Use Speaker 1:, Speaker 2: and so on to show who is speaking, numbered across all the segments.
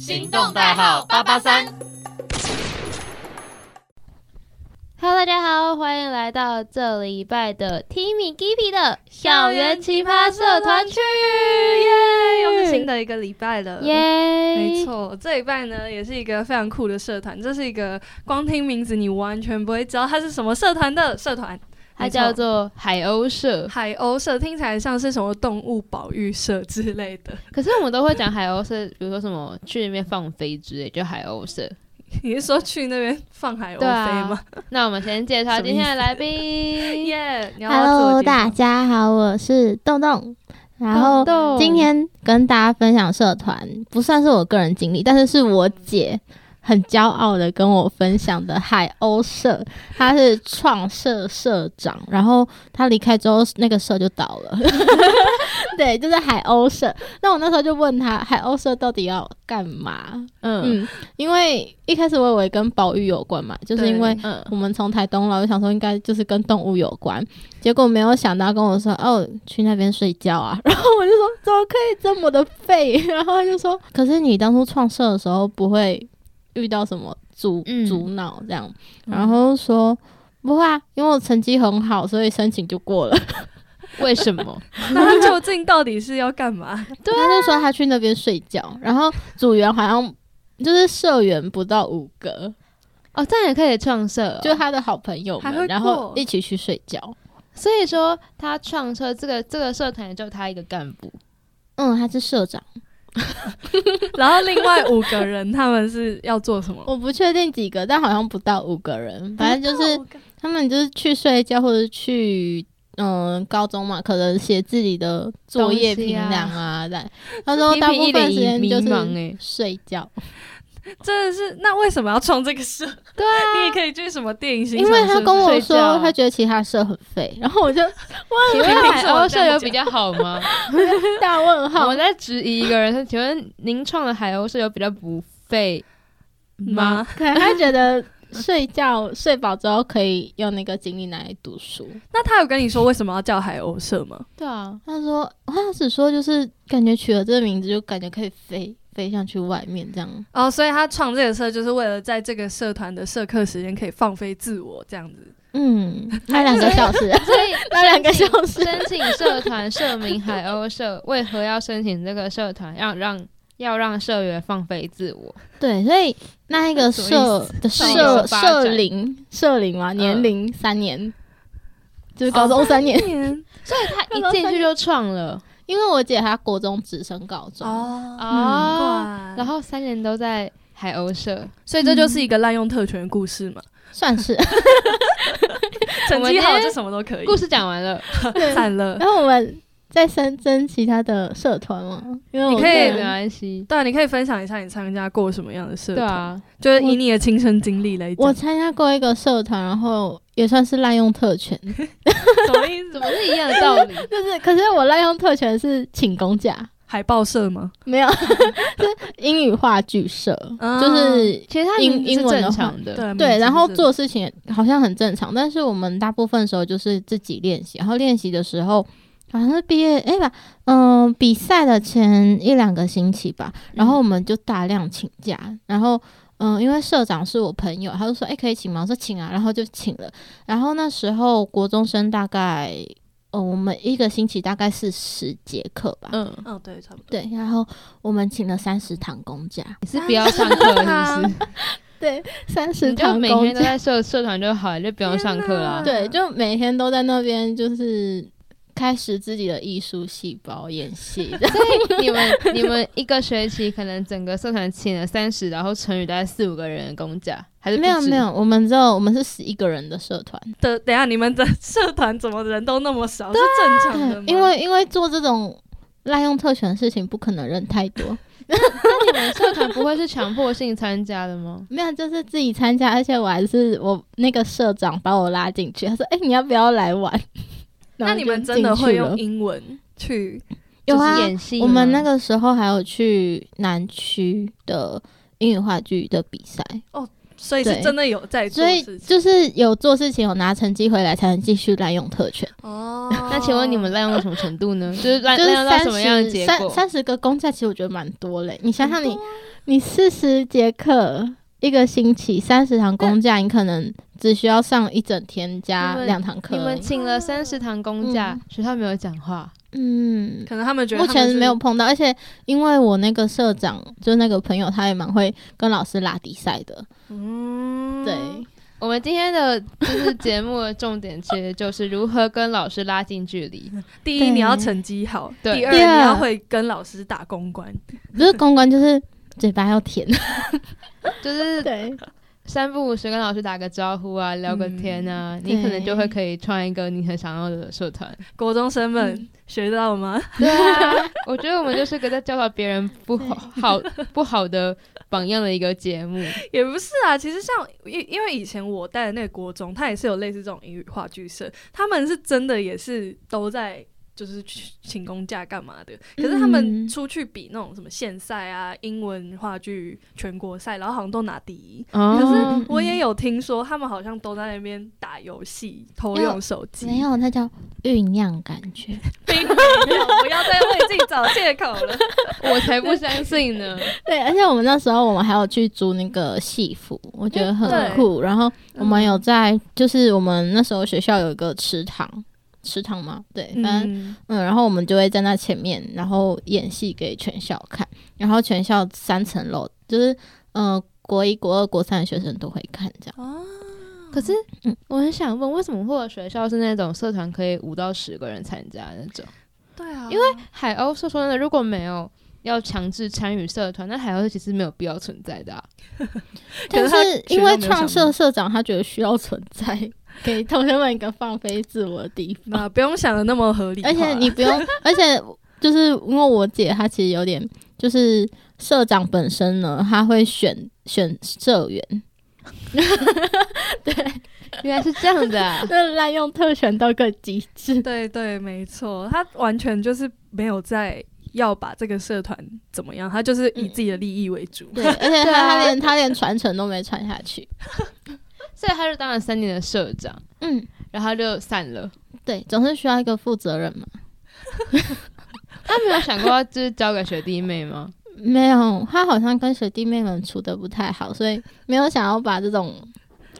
Speaker 1: 行动代号八八三。
Speaker 2: Hello，大家好，欢迎来到这礼拜的 Timmy Gippy 的校园奇葩社团区，耶
Speaker 3: 又是新的一个礼拜了。
Speaker 2: 耶，
Speaker 3: 没，错，这礼拜呢也是一个非常酷的社团，这是一个光听名字你完全不会知道它是什么社团的社团，
Speaker 2: 它
Speaker 3: 没错
Speaker 2: 叫做海鸥社，
Speaker 3: 海鸥社，听起来像是什么动物保育社之类的。
Speaker 2: 可是我们都会讲海鸥社，比如说什么去那边放飞之类，就海鸥社。
Speaker 3: 你是说去那边放海鸥
Speaker 2: 对啊
Speaker 3: 飞吗？
Speaker 2: 那我们先介绍今天的来宾，
Speaker 3: 耶、你要不要自我
Speaker 4: Hello，
Speaker 3: 介绍
Speaker 4: 大家好，我是洞洞。然后
Speaker 2: 豆豆
Speaker 4: 今天跟大家分享社团，不算是我个人经历，但是是我姐很骄傲的跟我分享的海鸥社，她是创社社长，然后她离开之后，那个社就倒了。 对，就是海鸥社。那我那时候就问她，海鸥社到底要干嘛？
Speaker 2: 嗯
Speaker 4: 嗯，因为一开始我以为跟保育有关嘛，就是因为
Speaker 3: 对
Speaker 2: 嗯，
Speaker 4: 我们从台东来，我想说应该就是跟动物有关，结果没有想到跟我说哦，去那边睡觉啊， 然后我就说怎么可以这么的废？ 然后他就说，可是你当初创社的时候不会遇到什么阻
Speaker 2: 嗯
Speaker 4: 阻挠这样，
Speaker 3: 嗯
Speaker 4: 然后说不会啊，因为我成绩很好，所以申请就过了。
Speaker 2: 为什么？
Speaker 3: 那他究竟到底是要干嘛？
Speaker 4: 对、他就说他去那边睡觉，然后组员好像就是社员不到五个，
Speaker 2: 哦，这样也可以创社哦，
Speaker 4: 就他的好朋友
Speaker 3: 还会
Speaker 4: 们，然后
Speaker 3: 过
Speaker 4: 一起去睡觉。
Speaker 2: 所以说他创社这个这个社团也就他一个干部，
Speaker 4: 嗯，他是社长。
Speaker 3: 然后另外五个人他们是要做什么？
Speaker 4: 我不确定几个，但好像不到五个人。反正就是
Speaker 3: 五个
Speaker 4: 他们就是去睡觉，或者去嗯高中嘛，可能写自己的作业
Speaker 2: 东西
Speaker 4: 评
Speaker 2: 啊
Speaker 4: 量啊。但他说大部
Speaker 2: 一
Speaker 4: 分
Speaker 2: 脸
Speaker 4: 时
Speaker 2: 一
Speaker 4: 间就
Speaker 2: 迷茫
Speaker 4: 是
Speaker 2: 哎，
Speaker 4: 睡觉，
Speaker 3: 真的是，那为什么要创这个社？
Speaker 2: 对
Speaker 3: 啊，你也可以去什么电影欣赏
Speaker 4: 因为
Speaker 3: 社
Speaker 4: 他跟我
Speaker 2: 睡
Speaker 4: 说
Speaker 2: 觉
Speaker 4: 他觉得其他社很废， 然后我就
Speaker 2: 请
Speaker 3: 你
Speaker 2: 问
Speaker 3: 凭
Speaker 2: 海
Speaker 3: 什么
Speaker 2: 鸥
Speaker 3: 这
Speaker 2: 社
Speaker 3: 样
Speaker 2: 有
Speaker 3: 讲
Speaker 2: 比较好吗？
Speaker 4: 大 问
Speaker 2: 好，
Speaker 4: 号
Speaker 2: 我。在质疑一个人， 请问您创的海鸥社有比较不费吗
Speaker 3: 吗？？
Speaker 4: 可能他觉得睡觉睡饱之后可以用那个精力拿来读书。
Speaker 3: 那他有跟你说为什么要叫海鸥社吗？
Speaker 2: 对啊，
Speaker 4: 他说他只说就是感觉取了这个名字就感觉可以飞飞上去外面这样。
Speaker 3: 哦，所以他创这个社就是为了在这个社团的社课时间可以放飞自我这样子。
Speaker 4: 嗯，那两个小时，
Speaker 2: 所以
Speaker 4: 那两个小时，
Speaker 2: 申请社团社名海鸥社，为何要申请这个社团？让让要让社员放飞自我？
Speaker 4: 对，所以那一个社的
Speaker 2: 少
Speaker 4: 社
Speaker 2: 年发展
Speaker 4: 社龄社龄嘛，年龄三年，就是高
Speaker 3: 哦
Speaker 4: 中三年。
Speaker 2: 所以他一进去就创了
Speaker 4: 因为我姐她国中只升高中，
Speaker 3: 哦，
Speaker 2: 啊、
Speaker 3: 哇
Speaker 2: 然后三年都在海鸥社，
Speaker 3: 所以这就是一个滥用特权的故事嘛。
Speaker 4: 算是。
Speaker 3: 成
Speaker 2: 我
Speaker 3: 绩
Speaker 2: 们
Speaker 3: 好
Speaker 2: 今天
Speaker 3: 就什么都可以，
Speaker 2: 故事讲完了。
Speaker 3: 散了。
Speaker 4: 然后我们再深增其他的社团嘛，因为我
Speaker 3: 你可以
Speaker 2: 对
Speaker 4: 个
Speaker 2: 没
Speaker 4: 人
Speaker 2: 关系。
Speaker 3: 对啊，你可以分享一下你参加过什么样的社
Speaker 2: 对
Speaker 3: 团，
Speaker 2: 啊，
Speaker 3: 就是以你的亲身经历来
Speaker 4: 我
Speaker 3: 讲。
Speaker 4: 参加过一个社团，然后也算是滥用特权，
Speaker 3: 什么意思
Speaker 2: 怎？么是一样的道理？
Speaker 4: 就是可是我滥用特权是请公假，
Speaker 3: 海报社吗？
Speaker 4: 没有， 是英语话剧社，
Speaker 3: 啊
Speaker 4: 就是
Speaker 2: 其实他
Speaker 4: 英
Speaker 2: 名字
Speaker 4: 英
Speaker 2: 是
Speaker 4: 文的
Speaker 2: 正
Speaker 4: 话
Speaker 2: 常的，
Speaker 3: 对
Speaker 4: 对，
Speaker 3: 名字
Speaker 4: 然后
Speaker 3: 是
Speaker 4: 做事情好像很正常，但是我们大部分时候就是自己练习，然后练习的时候，好像是毕业哎吧，嗯、比赛的前一两个星期吧，然
Speaker 2: 嗯
Speaker 4: 后我们就大量请假，然后嗯、因为社长是我朋友，他就说哎、可以请吗？我说请啊，然后就请了。然后那时候国中生大概，呃，我们一个星期大概是十节课吧，
Speaker 2: 嗯，
Speaker 3: 嗯，对，差不多。
Speaker 4: 对，然后我们请了三十堂公假，
Speaker 2: 你是不要上课是 不是？
Speaker 4: 对，三十
Speaker 2: 你就
Speaker 4: 堂
Speaker 2: 每
Speaker 4: 公
Speaker 2: 天
Speaker 4: 假
Speaker 2: 都。在社社团就好，你就不用上课 啦。
Speaker 4: 对，就每天都在那边，就是开始自己的艺术细胞演 戏。
Speaker 2: 你们你们一个学期可能整个社团请了三十，然后乘以大概四五个人的工价，还是不
Speaker 4: 没有
Speaker 2: 止
Speaker 4: 没有，我们只有我们是十一个人的社团，
Speaker 3: 的，等一下你们的社团怎么人都那么少？是正常的吗？
Speaker 4: 因为因为做这种滥用特权的事情，不可能人太多。？
Speaker 2: 那你们 社团不会是强迫性参加的吗
Speaker 4: 没有，就是自己参加，而且我还是我那个社长把我拉进去，他说：“哎、你要不要来玩？”
Speaker 3: 那
Speaker 4: 然后
Speaker 3: 你
Speaker 4: 就
Speaker 3: 们真的
Speaker 4: 进
Speaker 3: 会
Speaker 4: 去了
Speaker 3: 用英文去
Speaker 4: 有
Speaker 2: 就是
Speaker 4: 啊？
Speaker 2: 演戏吗。
Speaker 4: 我们那个时候还有去南区的英语话剧的比赛。
Speaker 3: 所以是
Speaker 4: 对
Speaker 3: 真的有在做
Speaker 4: 所以
Speaker 3: 事情。
Speaker 4: 就是有做事情有拿成绩回来，才能继续滥用特权。
Speaker 3: 哦，
Speaker 2: 那请问你们滥用到什么程度呢？就是滥
Speaker 4: 就是
Speaker 2: 滥用到
Speaker 4: 三
Speaker 2: 什么样的
Speaker 4: 十
Speaker 2: 结
Speaker 4: 三
Speaker 2: 果？嗯
Speaker 4: 三十个公假，其实我觉得蛮多嘞。你想想你，你四十节课一个星期，三十堂公假，你可能只需要上一整天加
Speaker 2: 你们
Speaker 4: 两堂课
Speaker 2: 你
Speaker 4: 而
Speaker 2: 们
Speaker 4: 已。
Speaker 2: 请了三十堂公假
Speaker 4: 嗯，
Speaker 2: 学校没有讲话，
Speaker 4: 嗯，
Speaker 3: 可能他们觉得
Speaker 4: 目
Speaker 3: 他们
Speaker 4: 前
Speaker 3: 是
Speaker 4: 没有碰到，而且因为我那个社长，就是那个朋友，他也蛮会跟老师拉比赛的。
Speaker 3: 嗯
Speaker 4: 对，
Speaker 2: 我们今天的就是节目的重点，其实就是如何跟老师拉近距离。
Speaker 3: 第一
Speaker 4: 对啊
Speaker 3: 你要成绩好，
Speaker 2: 对
Speaker 3: 第二你
Speaker 4: 第二
Speaker 3: 要会跟老师打公关，
Speaker 4: 不是公关，就是嘴巴 要甜。
Speaker 2: 就是
Speaker 4: 对，
Speaker 2: 三不五时跟老师打个招呼啊，聊个天啊，你可能就会可以创一个你很想要的社 团。
Speaker 3: 国中生们、
Speaker 4: 嗯
Speaker 3: 学到吗？
Speaker 2: 对啊，我觉得我们就是个在教导别人不好 好不好的榜样的一个节目。
Speaker 3: 也不是啊，其实像因因为以前我带的那个国中，它也是有类似这种英语话剧社，他们是真的也是都在就是去请公假干嘛的，可是他们
Speaker 4: 嗯
Speaker 3: 出去比那种什么县赛啊、英文话剧全国赛，然后好像都拿第一。
Speaker 2: 哦，
Speaker 4: 嗯
Speaker 3: 我也有听说，他们好像都在那边打游戏、偷用手机。
Speaker 4: 没有，那叫酝酿感觉。
Speaker 3: 并没有，不要再为自己找借口了。
Speaker 2: 我才不相信呢。
Speaker 4: 对，而且我们那时候我们还有去租那个戏服，我觉得
Speaker 3: 嗯
Speaker 4: 很
Speaker 3: 对
Speaker 4: 酷。然后我们有在，就是我们那时候学校有一个池塘，池塘嘛，对，反正
Speaker 3: 嗯，
Speaker 4: 嗯然后我们就会站在前面，然后演戏给全校看。然后全校三层楼，就是嗯、呃国一、国二、国三的学生都会看这样。
Speaker 2: 可是 我很想问，为什么会有学校是那种社团可以五到十个人参加那种？
Speaker 3: 对啊，
Speaker 2: 因为海鸥社说真的，如果没有要强制参与社团，那海鸥其实没有必要存在的啊、
Speaker 3: 可
Speaker 4: 但
Speaker 3: 是他
Speaker 4: 是
Speaker 3: 学
Speaker 4: 因
Speaker 3: 校
Speaker 4: 为
Speaker 3: 没有想
Speaker 4: 创社社长他觉得需要存在， 给同学们一个放飞自我的地方。
Speaker 3: 那不用想的那么合理化，
Speaker 4: 而且你不用，而且就是因为我姐她其实有点，就是社长本身呢，她会选选社员，。
Speaker 2: 原来是这样的、啊
Speaker 4: 那滥用特权到个极致。
Speaker 3: 对对，没错，他完全就是没有在要把这个社团怎么样，他就是以自己的利益为主。
Speaker 4: 对，而且
Speaker 2: 对
Speaker 4: 她
Speaker 2: 啊
Speaker 4: 她连她连传承都没传下去。
Speaker 2: 所以他就当了三年的社长，
Speaker 4: 嗯，
Speaker 2: 然后他就散了。
Speaker 4: 对，总是需要一个负责人嘛。
Speaker 2: 他没有想过要就是交给学弟妹吗？
Speaker 4: 没有，她好像跟学弟妹们处的不太好，所以没有想要把这种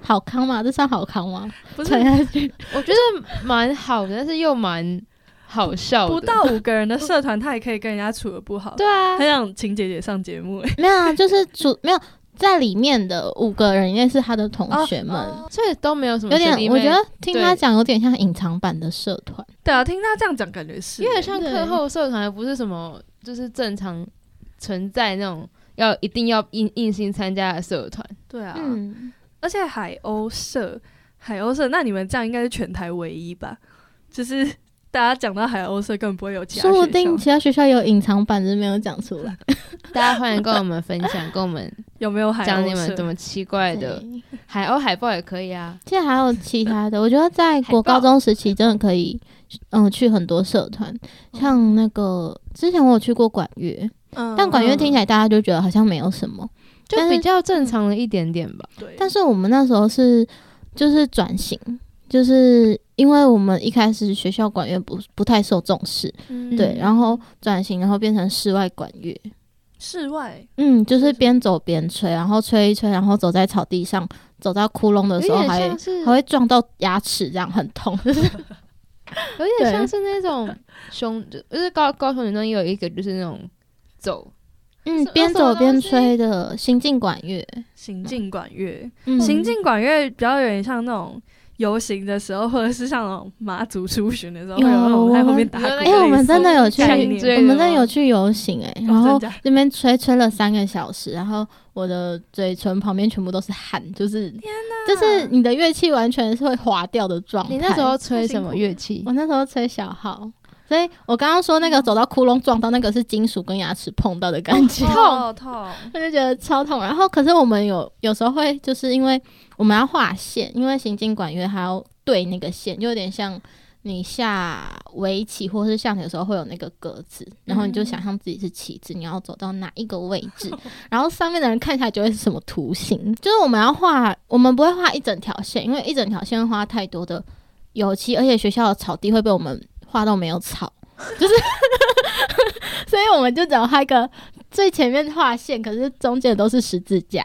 Speaker 4: 好康嘛，这算好康吗？
Speaker 3: 不
Speaker 4: 传
Speaker 3: 是
Speaker 4: 下去。
Speaker 2: 我觉得蛮好的，但是又蛮好笑的。
Speaker 3: 不到五个人 的社团，他也可以跟人家处的不好。
Speaker 2: 对啊
Speaker 3: 他，想请姐姐上节目、欸，
Speaker 4: 没有啊，就是处没有在里面的五个人，应该是她的同
Speaker 3: 哦
Speaker 4: 学们。
Speaker 2: 所以都没
Speaker 3: 嗯
Speaker 2: 有什么
Speaker 4: 有
Speaker 2: 学
Speaker 4: 点
Speaker 2: 弟，妹。
Speaker 4: 我觉得听他
Speaker 2: 对
Speaker 4: 讲有点像隐藏版的社团，
Speaker 3: 对啊，听他这样讲，感觉是欸
Speaker 2: 因为像
Speaker 4: 对
Speaker 2: 课后社团不是什么就是正常存在那种要一定要硬硬性参加的社 团，
Speaker 3: 对啊，
Speaker 4: 嗯，
Speaker 3: 而且海鸥社，海鸥社，那你们这样应该是全台唯一吧？就是大家讲到海鸥社，根本不会有其他
Speaker 4: 说不
Speaker 3: 学校
Speaker 4: 定其他学校有隐藏版，只是没有讲出来。
Speaker 2: 大家欢迎跟我们分享， 跟我们
Speaker 3: 有没有海
Speaker 2: 讲你
Speaker 3: 鸥
Speaker 2: 们
Speaker 3: 社
Speaker 2: 怎？么奇怪的
Speaker 4: 对，
Speaker 2: 海鸥海报也可以啊。
Speaker 4: 其实还有其他的，我觉得在国高中时期真的可以，嗯，去很多社团，像那个之前我有去过管乐，
Speaker 3: 嗯
Speaker 4: 但管乐听起来大家就觉得好像没有什么，
Speaker 2: 就
Speaker 4: 但是
Speaker 2: 比较正常了一点点吧，
Speaker 3: 对，
Speaker 4: 但是我们那时候是就是转型。就是因为我们一开始学校管乐不不太受重视，
Speaker 3: 嗯
Speaker 4: 对，然后转型，然后变成室外管乐，
Speaker 3: 室外
Speaker 4: 嗯，就是边走边吹，然后吹一吹，然后走在草地上，走到窟窿的
Speaker 2: 有
Speaker 4: 时候
Speaker 2: 点
Speaker 4: 还
Speaker 2: 像
Speaker 4: 会
Speaker 2: 是
Speaker 4: 还会撞到牙齿，这样很痛。
Speaker 2: 有
Speaker 4: 对
Speaker 2: 点像是那种熊，就是高高雄女中也有一个就是那种走
Speaker 4: 嗯
Speaker 2: 什，
Speaker 4: 边
Speaker 2: 哦什么
Speaker 4: 走边
Speaker 2: 东西
Speaker 4: 吹的行进管乐，
Speaker 3: 行进管乐，
Speaker 4: 嗯，
Speaker 3: 行进管乐比较有点像那种游行的时候，或者是像那种马祖出巡的时候，
Speaker 4: 有
Speaker 3: 会有那种在后面打鼓
Speaker 2: 我
Speaker 3: 的
Speaker 2: 们
Speaker 3: 那
Speaker 4: 哎、
Speaker 3: 个
Speaker 4: 我们真的有去，
Speaker 3: 概
Speaker 2: 像这
Speaker 3: 念。
Speaker 4: 我
Speaker 2: 类的哦
Speaker 4: 们真的
Speaker 2: 吗
Speaker 4: 有去游行哎、然后
Speaker 3: 真假
Speaker 4: 那边吹吹了三个小时，然后我的嘴唇旁边全部都是汗，就是就是你的乐器完全是会滑掉的状态。
Speaker 2: 你那时候吹
Speaker 3: 太
Speaker 2: 什
Speaker 3: 辛
Speaker 2: 么
Speaker 3: 苦
Speaker 2: 乐器？
Speaker 4: 我那时候吹小号，所以我刚刚说那个
Speaker 2: 嗯
Speaker 4: 走到窟窿撞到那个是金属跟牙齿碰到的
Speaker 2: 哦
Speaker 4: 感觉，
Speaker 3: 痛痛，
Speaker 4: 我就觉得超痛。然后可是我们有有时候会就是因为我们要画线，因为行进管乐还要对那个线，就有点像你下围棋或是象棋的时候会有那个格子，然后你就想象自己是棋子，你要走到哪一个位置，然后上面的人看起来就会是什么图形。就是我们要画，我们不会画一整条线，因为一整条线会花太多的油漆，而且学校的草地会被我们画到没有草，就是， 所以我们就只有画一个最前面画线，可是中间都是十字架。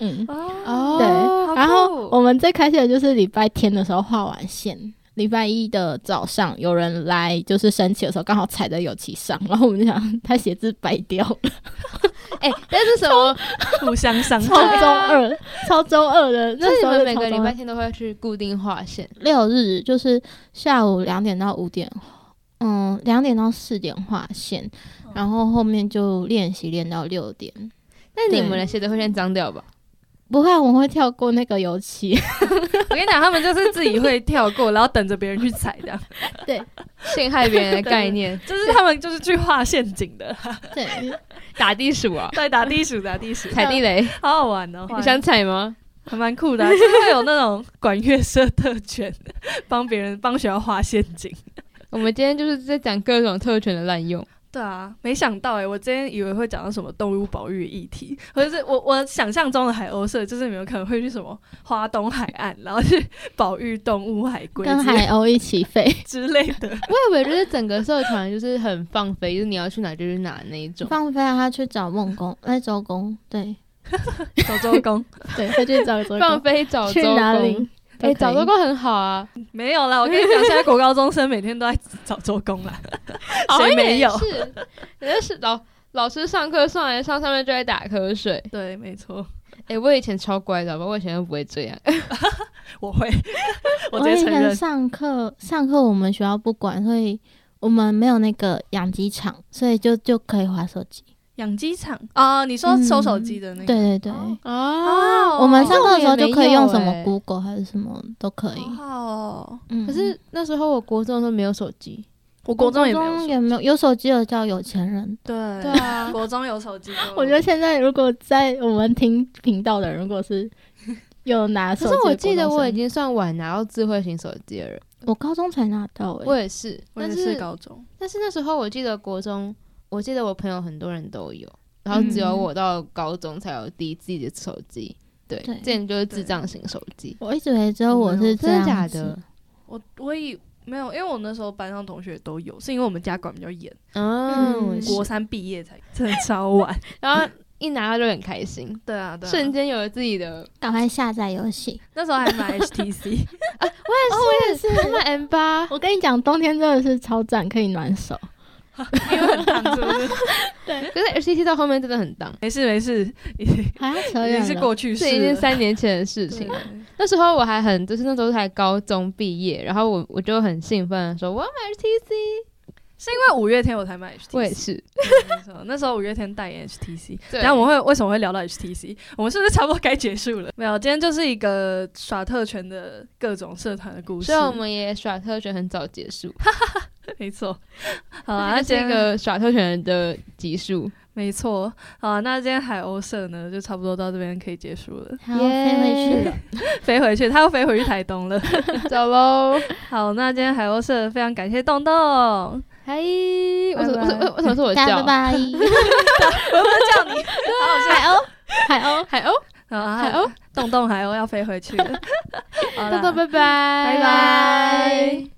Speaker 4: 嗯，
Speaker 3: 哦，
Speaker 2: 哦，
Speaker 4: 对，
Speaker 3: 好
Speaker 4: 然后
Speaker 3: 酷
Speaker 4: 我们最开心的就是礼拜天的时候画完线，礼拜一的早上有人来就是升旗的时候刚好踩在油漆上，然后我们就想他鞋子白掉了，
Speaker 2: 哎、但是什么？
Speaker 3: 互相伤
Speaker 4: 超
Speaker 3: 害。
Speaker 4: 中二， 超中二的。
Speaker 2: 那
Speaker 4: 那
Speaker 2: 你
Speaker 4: 时候
Speaker 2: 们
Speaker 4: 就
Speaker 2: 每
Speaker 4: 超
Speaker 2: 个礼
Speaker 4: 中二
Speaker 2: 拜天都会去固定划线？
Speaker 4: 六日就是下午两点到五点，嗯，两点到四点画线，然后后面就练习练到六点。
Speaker 2: 那你
Speaker 4: 对
Speaker 2: 们的鞋子会先脏掉吧？
Speaker 4: 不会啊，我们会跳过那个油漆。
Speaker 3: 我跟你讲，他们就是自己会跳过，然后等着别人去踩，这 样
Speaker 2: 陷害别人 的概念，
Speaker 3: 就是他们就是去画陷阱的，
Speaker 4: 对，
Speaker 2: 打地鼠啊，
Speaker 3: 对，打地鼠，打地鼠，
Speaker 2: 踩地雷，
Speaker 3: 好好玩哦，
Speaker 2: 你 想踩吗？
Speaker 3: 还蛮酷的、啊，就是会有那种管乐社特权，帮别人帮学校画陷阱。
Speaker 2: 我们今天就是在讲各种特权的滥用。
Speaker 3: 对啊，没想到哎、我之前以为会讲到什么动物保育议题，或者是我我想象中的海鸥社，就是你们有可能会去什么花东海岸，然后去保育动物海龟
Speaker 4: 跟
Speaker 3: 之类
Speaker 4: 海鸥一起飞，
Speaker 3: 之类的。
Speaker 2: 我以为就是整个社团就是很放飞，就是你要去哪就去哪那一种。
Speaker 4: 放飞让他去找梦工，哎，周公，对
Speaker 3: 走周公
Speaker 4: 对，他去找周
Speaker 2: 放
Speaker 4: 公，
Speaker 2: 飞找
Speaker 4: 去
Speaker 2: 周
Speaker 4: 哪
Speaker 2: 公，
Speaker 4: 里？
Speaker 2: 哎、找周
Speaker 4: 公，
Speaker 2: 公很好啊，
Speaker 3: 没有啦，我跟你讲，现在国高中生每天都在找周公啦，
Speaker 2: 好
Speaker 3: 谁
Speaker 2: 像
Speaker 3: 没
Speaker 2: 哦也
Speaker 3: 有？
Speaker 2: 是，人家是老老师上课上来上上面就在打瞌睡。
Speaker 3: 对，没错，
Speaker 2: 哎、我以前超乖的，好吧，我以前都不会这样。
Speaker 3: 我会，我直
Speaker 4: 我
Speaker 3: 接
Speaker 4: 以
Speaker 3: 承
Speaker 4: 前
Speaker 3: 认。
Speaker 4: 上课上课我们学校不管，所以我们没有那个养鸡场，所以就就可以划手机。
Speaker 3: 养鸡场啊，你说收手机的那个，
Speaker 4: 对对对，
Speaker 3: 哦
Speaker 2: 哦
Speaker 4: 我们上课的时候
Speaker 2: 这种也没
Speaker 4: 就可以用什
Speaker 2: 有
Speaker 4: 么
Speaker 2: 欸
Speaker 4: Google 还是什么都可以
Speaker 3: 好。好哦，
Speaker 4: 嗯，
Speaker 2: 可是那时候我国中都没有手机，
Speaker 3: 我国
Speaker 4: 国
Speaker 3: 中也没有
Speaker 4: 中
Speaker 3: 手，
Speaker 4: 也没有有手机的叫有钱人。
Speaker 3: 对
Speaker 2: 对啊，
Speaker 3: 国中有手机就，
Speaker 4: 我觉得现在如果在我们听频道的人，如果是有拿手
Speaker 2: 可
Speaker 4: 机的
Speaker 2: 是
Speaker 4: 国
Speaker 2: 我
Speaker 4: 中生，
Speaker 2: 记得我已经算晚拿到智慧型手机了。
Speaker 4: 我高中才拿到欸诶、
Speaker 2: 我也是，
Speaker 3: 我也
Speaker 2: 但
Speaker 3: 是高中，
Speaker 2: 但是那时候我记得国中，我记得我朋友很多人都有，然后只有我到高中才有第一自己的手机。对，
Speaker 4: 对
Speaker 2: 这前就是智障型手机。
Speaker 4: 我一直以为只有我是这
Speaker 2: 真
Speaker 4: 样
Speaker 2: 的
Speaker 4: 子，
Speaker 2: 假的？
Speaker 3: 我我以没有，因为我那时候班上同学都有，是因为我们家管比较严，
Speaker 2: 嗯，我也是
Speaker 3: 国三毕业才 真的超晚。
Speaker 2: 然后一拿到就很开心，
Speaker 3: 对啊，对啊，
Speaker 2: 瞬间有了自己的。
Speaker 4: 赶快下载游戏。
Speaker 3: 那时候还 买 HTC，
Speaker 2: 我也是，我买 M 八，
Speaker 4: 我跟你讲，冬天真的是超赞，可以暖手。
Speaker 3: 因为很烫，是不是？
Speaker 2: 可是 HTC 到后面真的很当，
Speaker 3: 没事没事，已经
Speaker 4: 好像扯
Speaker 3: 已经
Speaker 4: 远了。
Speaker 3: 是过去
Speaker 2: 这已
Speaker 3: 式
Speaker 2: 经
Speaker 3: 了。
Speaker 2: 三年前的事情
Speaker 3: 对
Speaker 2: 了。那时候我还很，就是那时候才高中毕业，然后我我就很兴奋地说，我要买 HTC，
Speaker 3: 是因为五月天我才买 HTC，
Speaker 2: 我也是，
Speaker 3: 没错那时候五月天代言 HTC，
Speaker 2: 对
Speaker 3: 然后我们会为什么会聊到 HTC？我们是不是差不多该结束了？没有，今天就是一个耍特权的各种社团的故事。
Speaker 2: 所以我们也耍特权很早结束，
Speaker 3: 没错，好啊，
Speaker 2: 这
Speaker 3: 那今
Speaker 2: 是一
Speaker 3: 天
Speaker 2: 个耍特权的集 数。
Speaker 3: 没错，好啊，那今天海鸥社呢就差不多到这边可以结束了，
Speaker 4: 好，飞回去了。
Speaker 3: 飞回去，他又飞回去台东了。
Speaker 2: 走喽，
Speaker 3: 好，那今天海鸥社非常感谢洞洞，我
Speaker 2: 嗨！为什么为什么为什么是我
Speaker 4: 大家
Speaker 2: 叫？
Speaker 4: 拜拜。
Speaker 3: 不叫你，
Speaker 4: 海鸥，海鸥，
Speaker 2: 海鸥，
Speaker 3: 好啊
Speaker 2: 海鸥，
Speaker 3: 洞洞海鸥要飞回去了，好啦
Speaker 2: 豆豆，拜拜，
Speaker 3: 拜拜。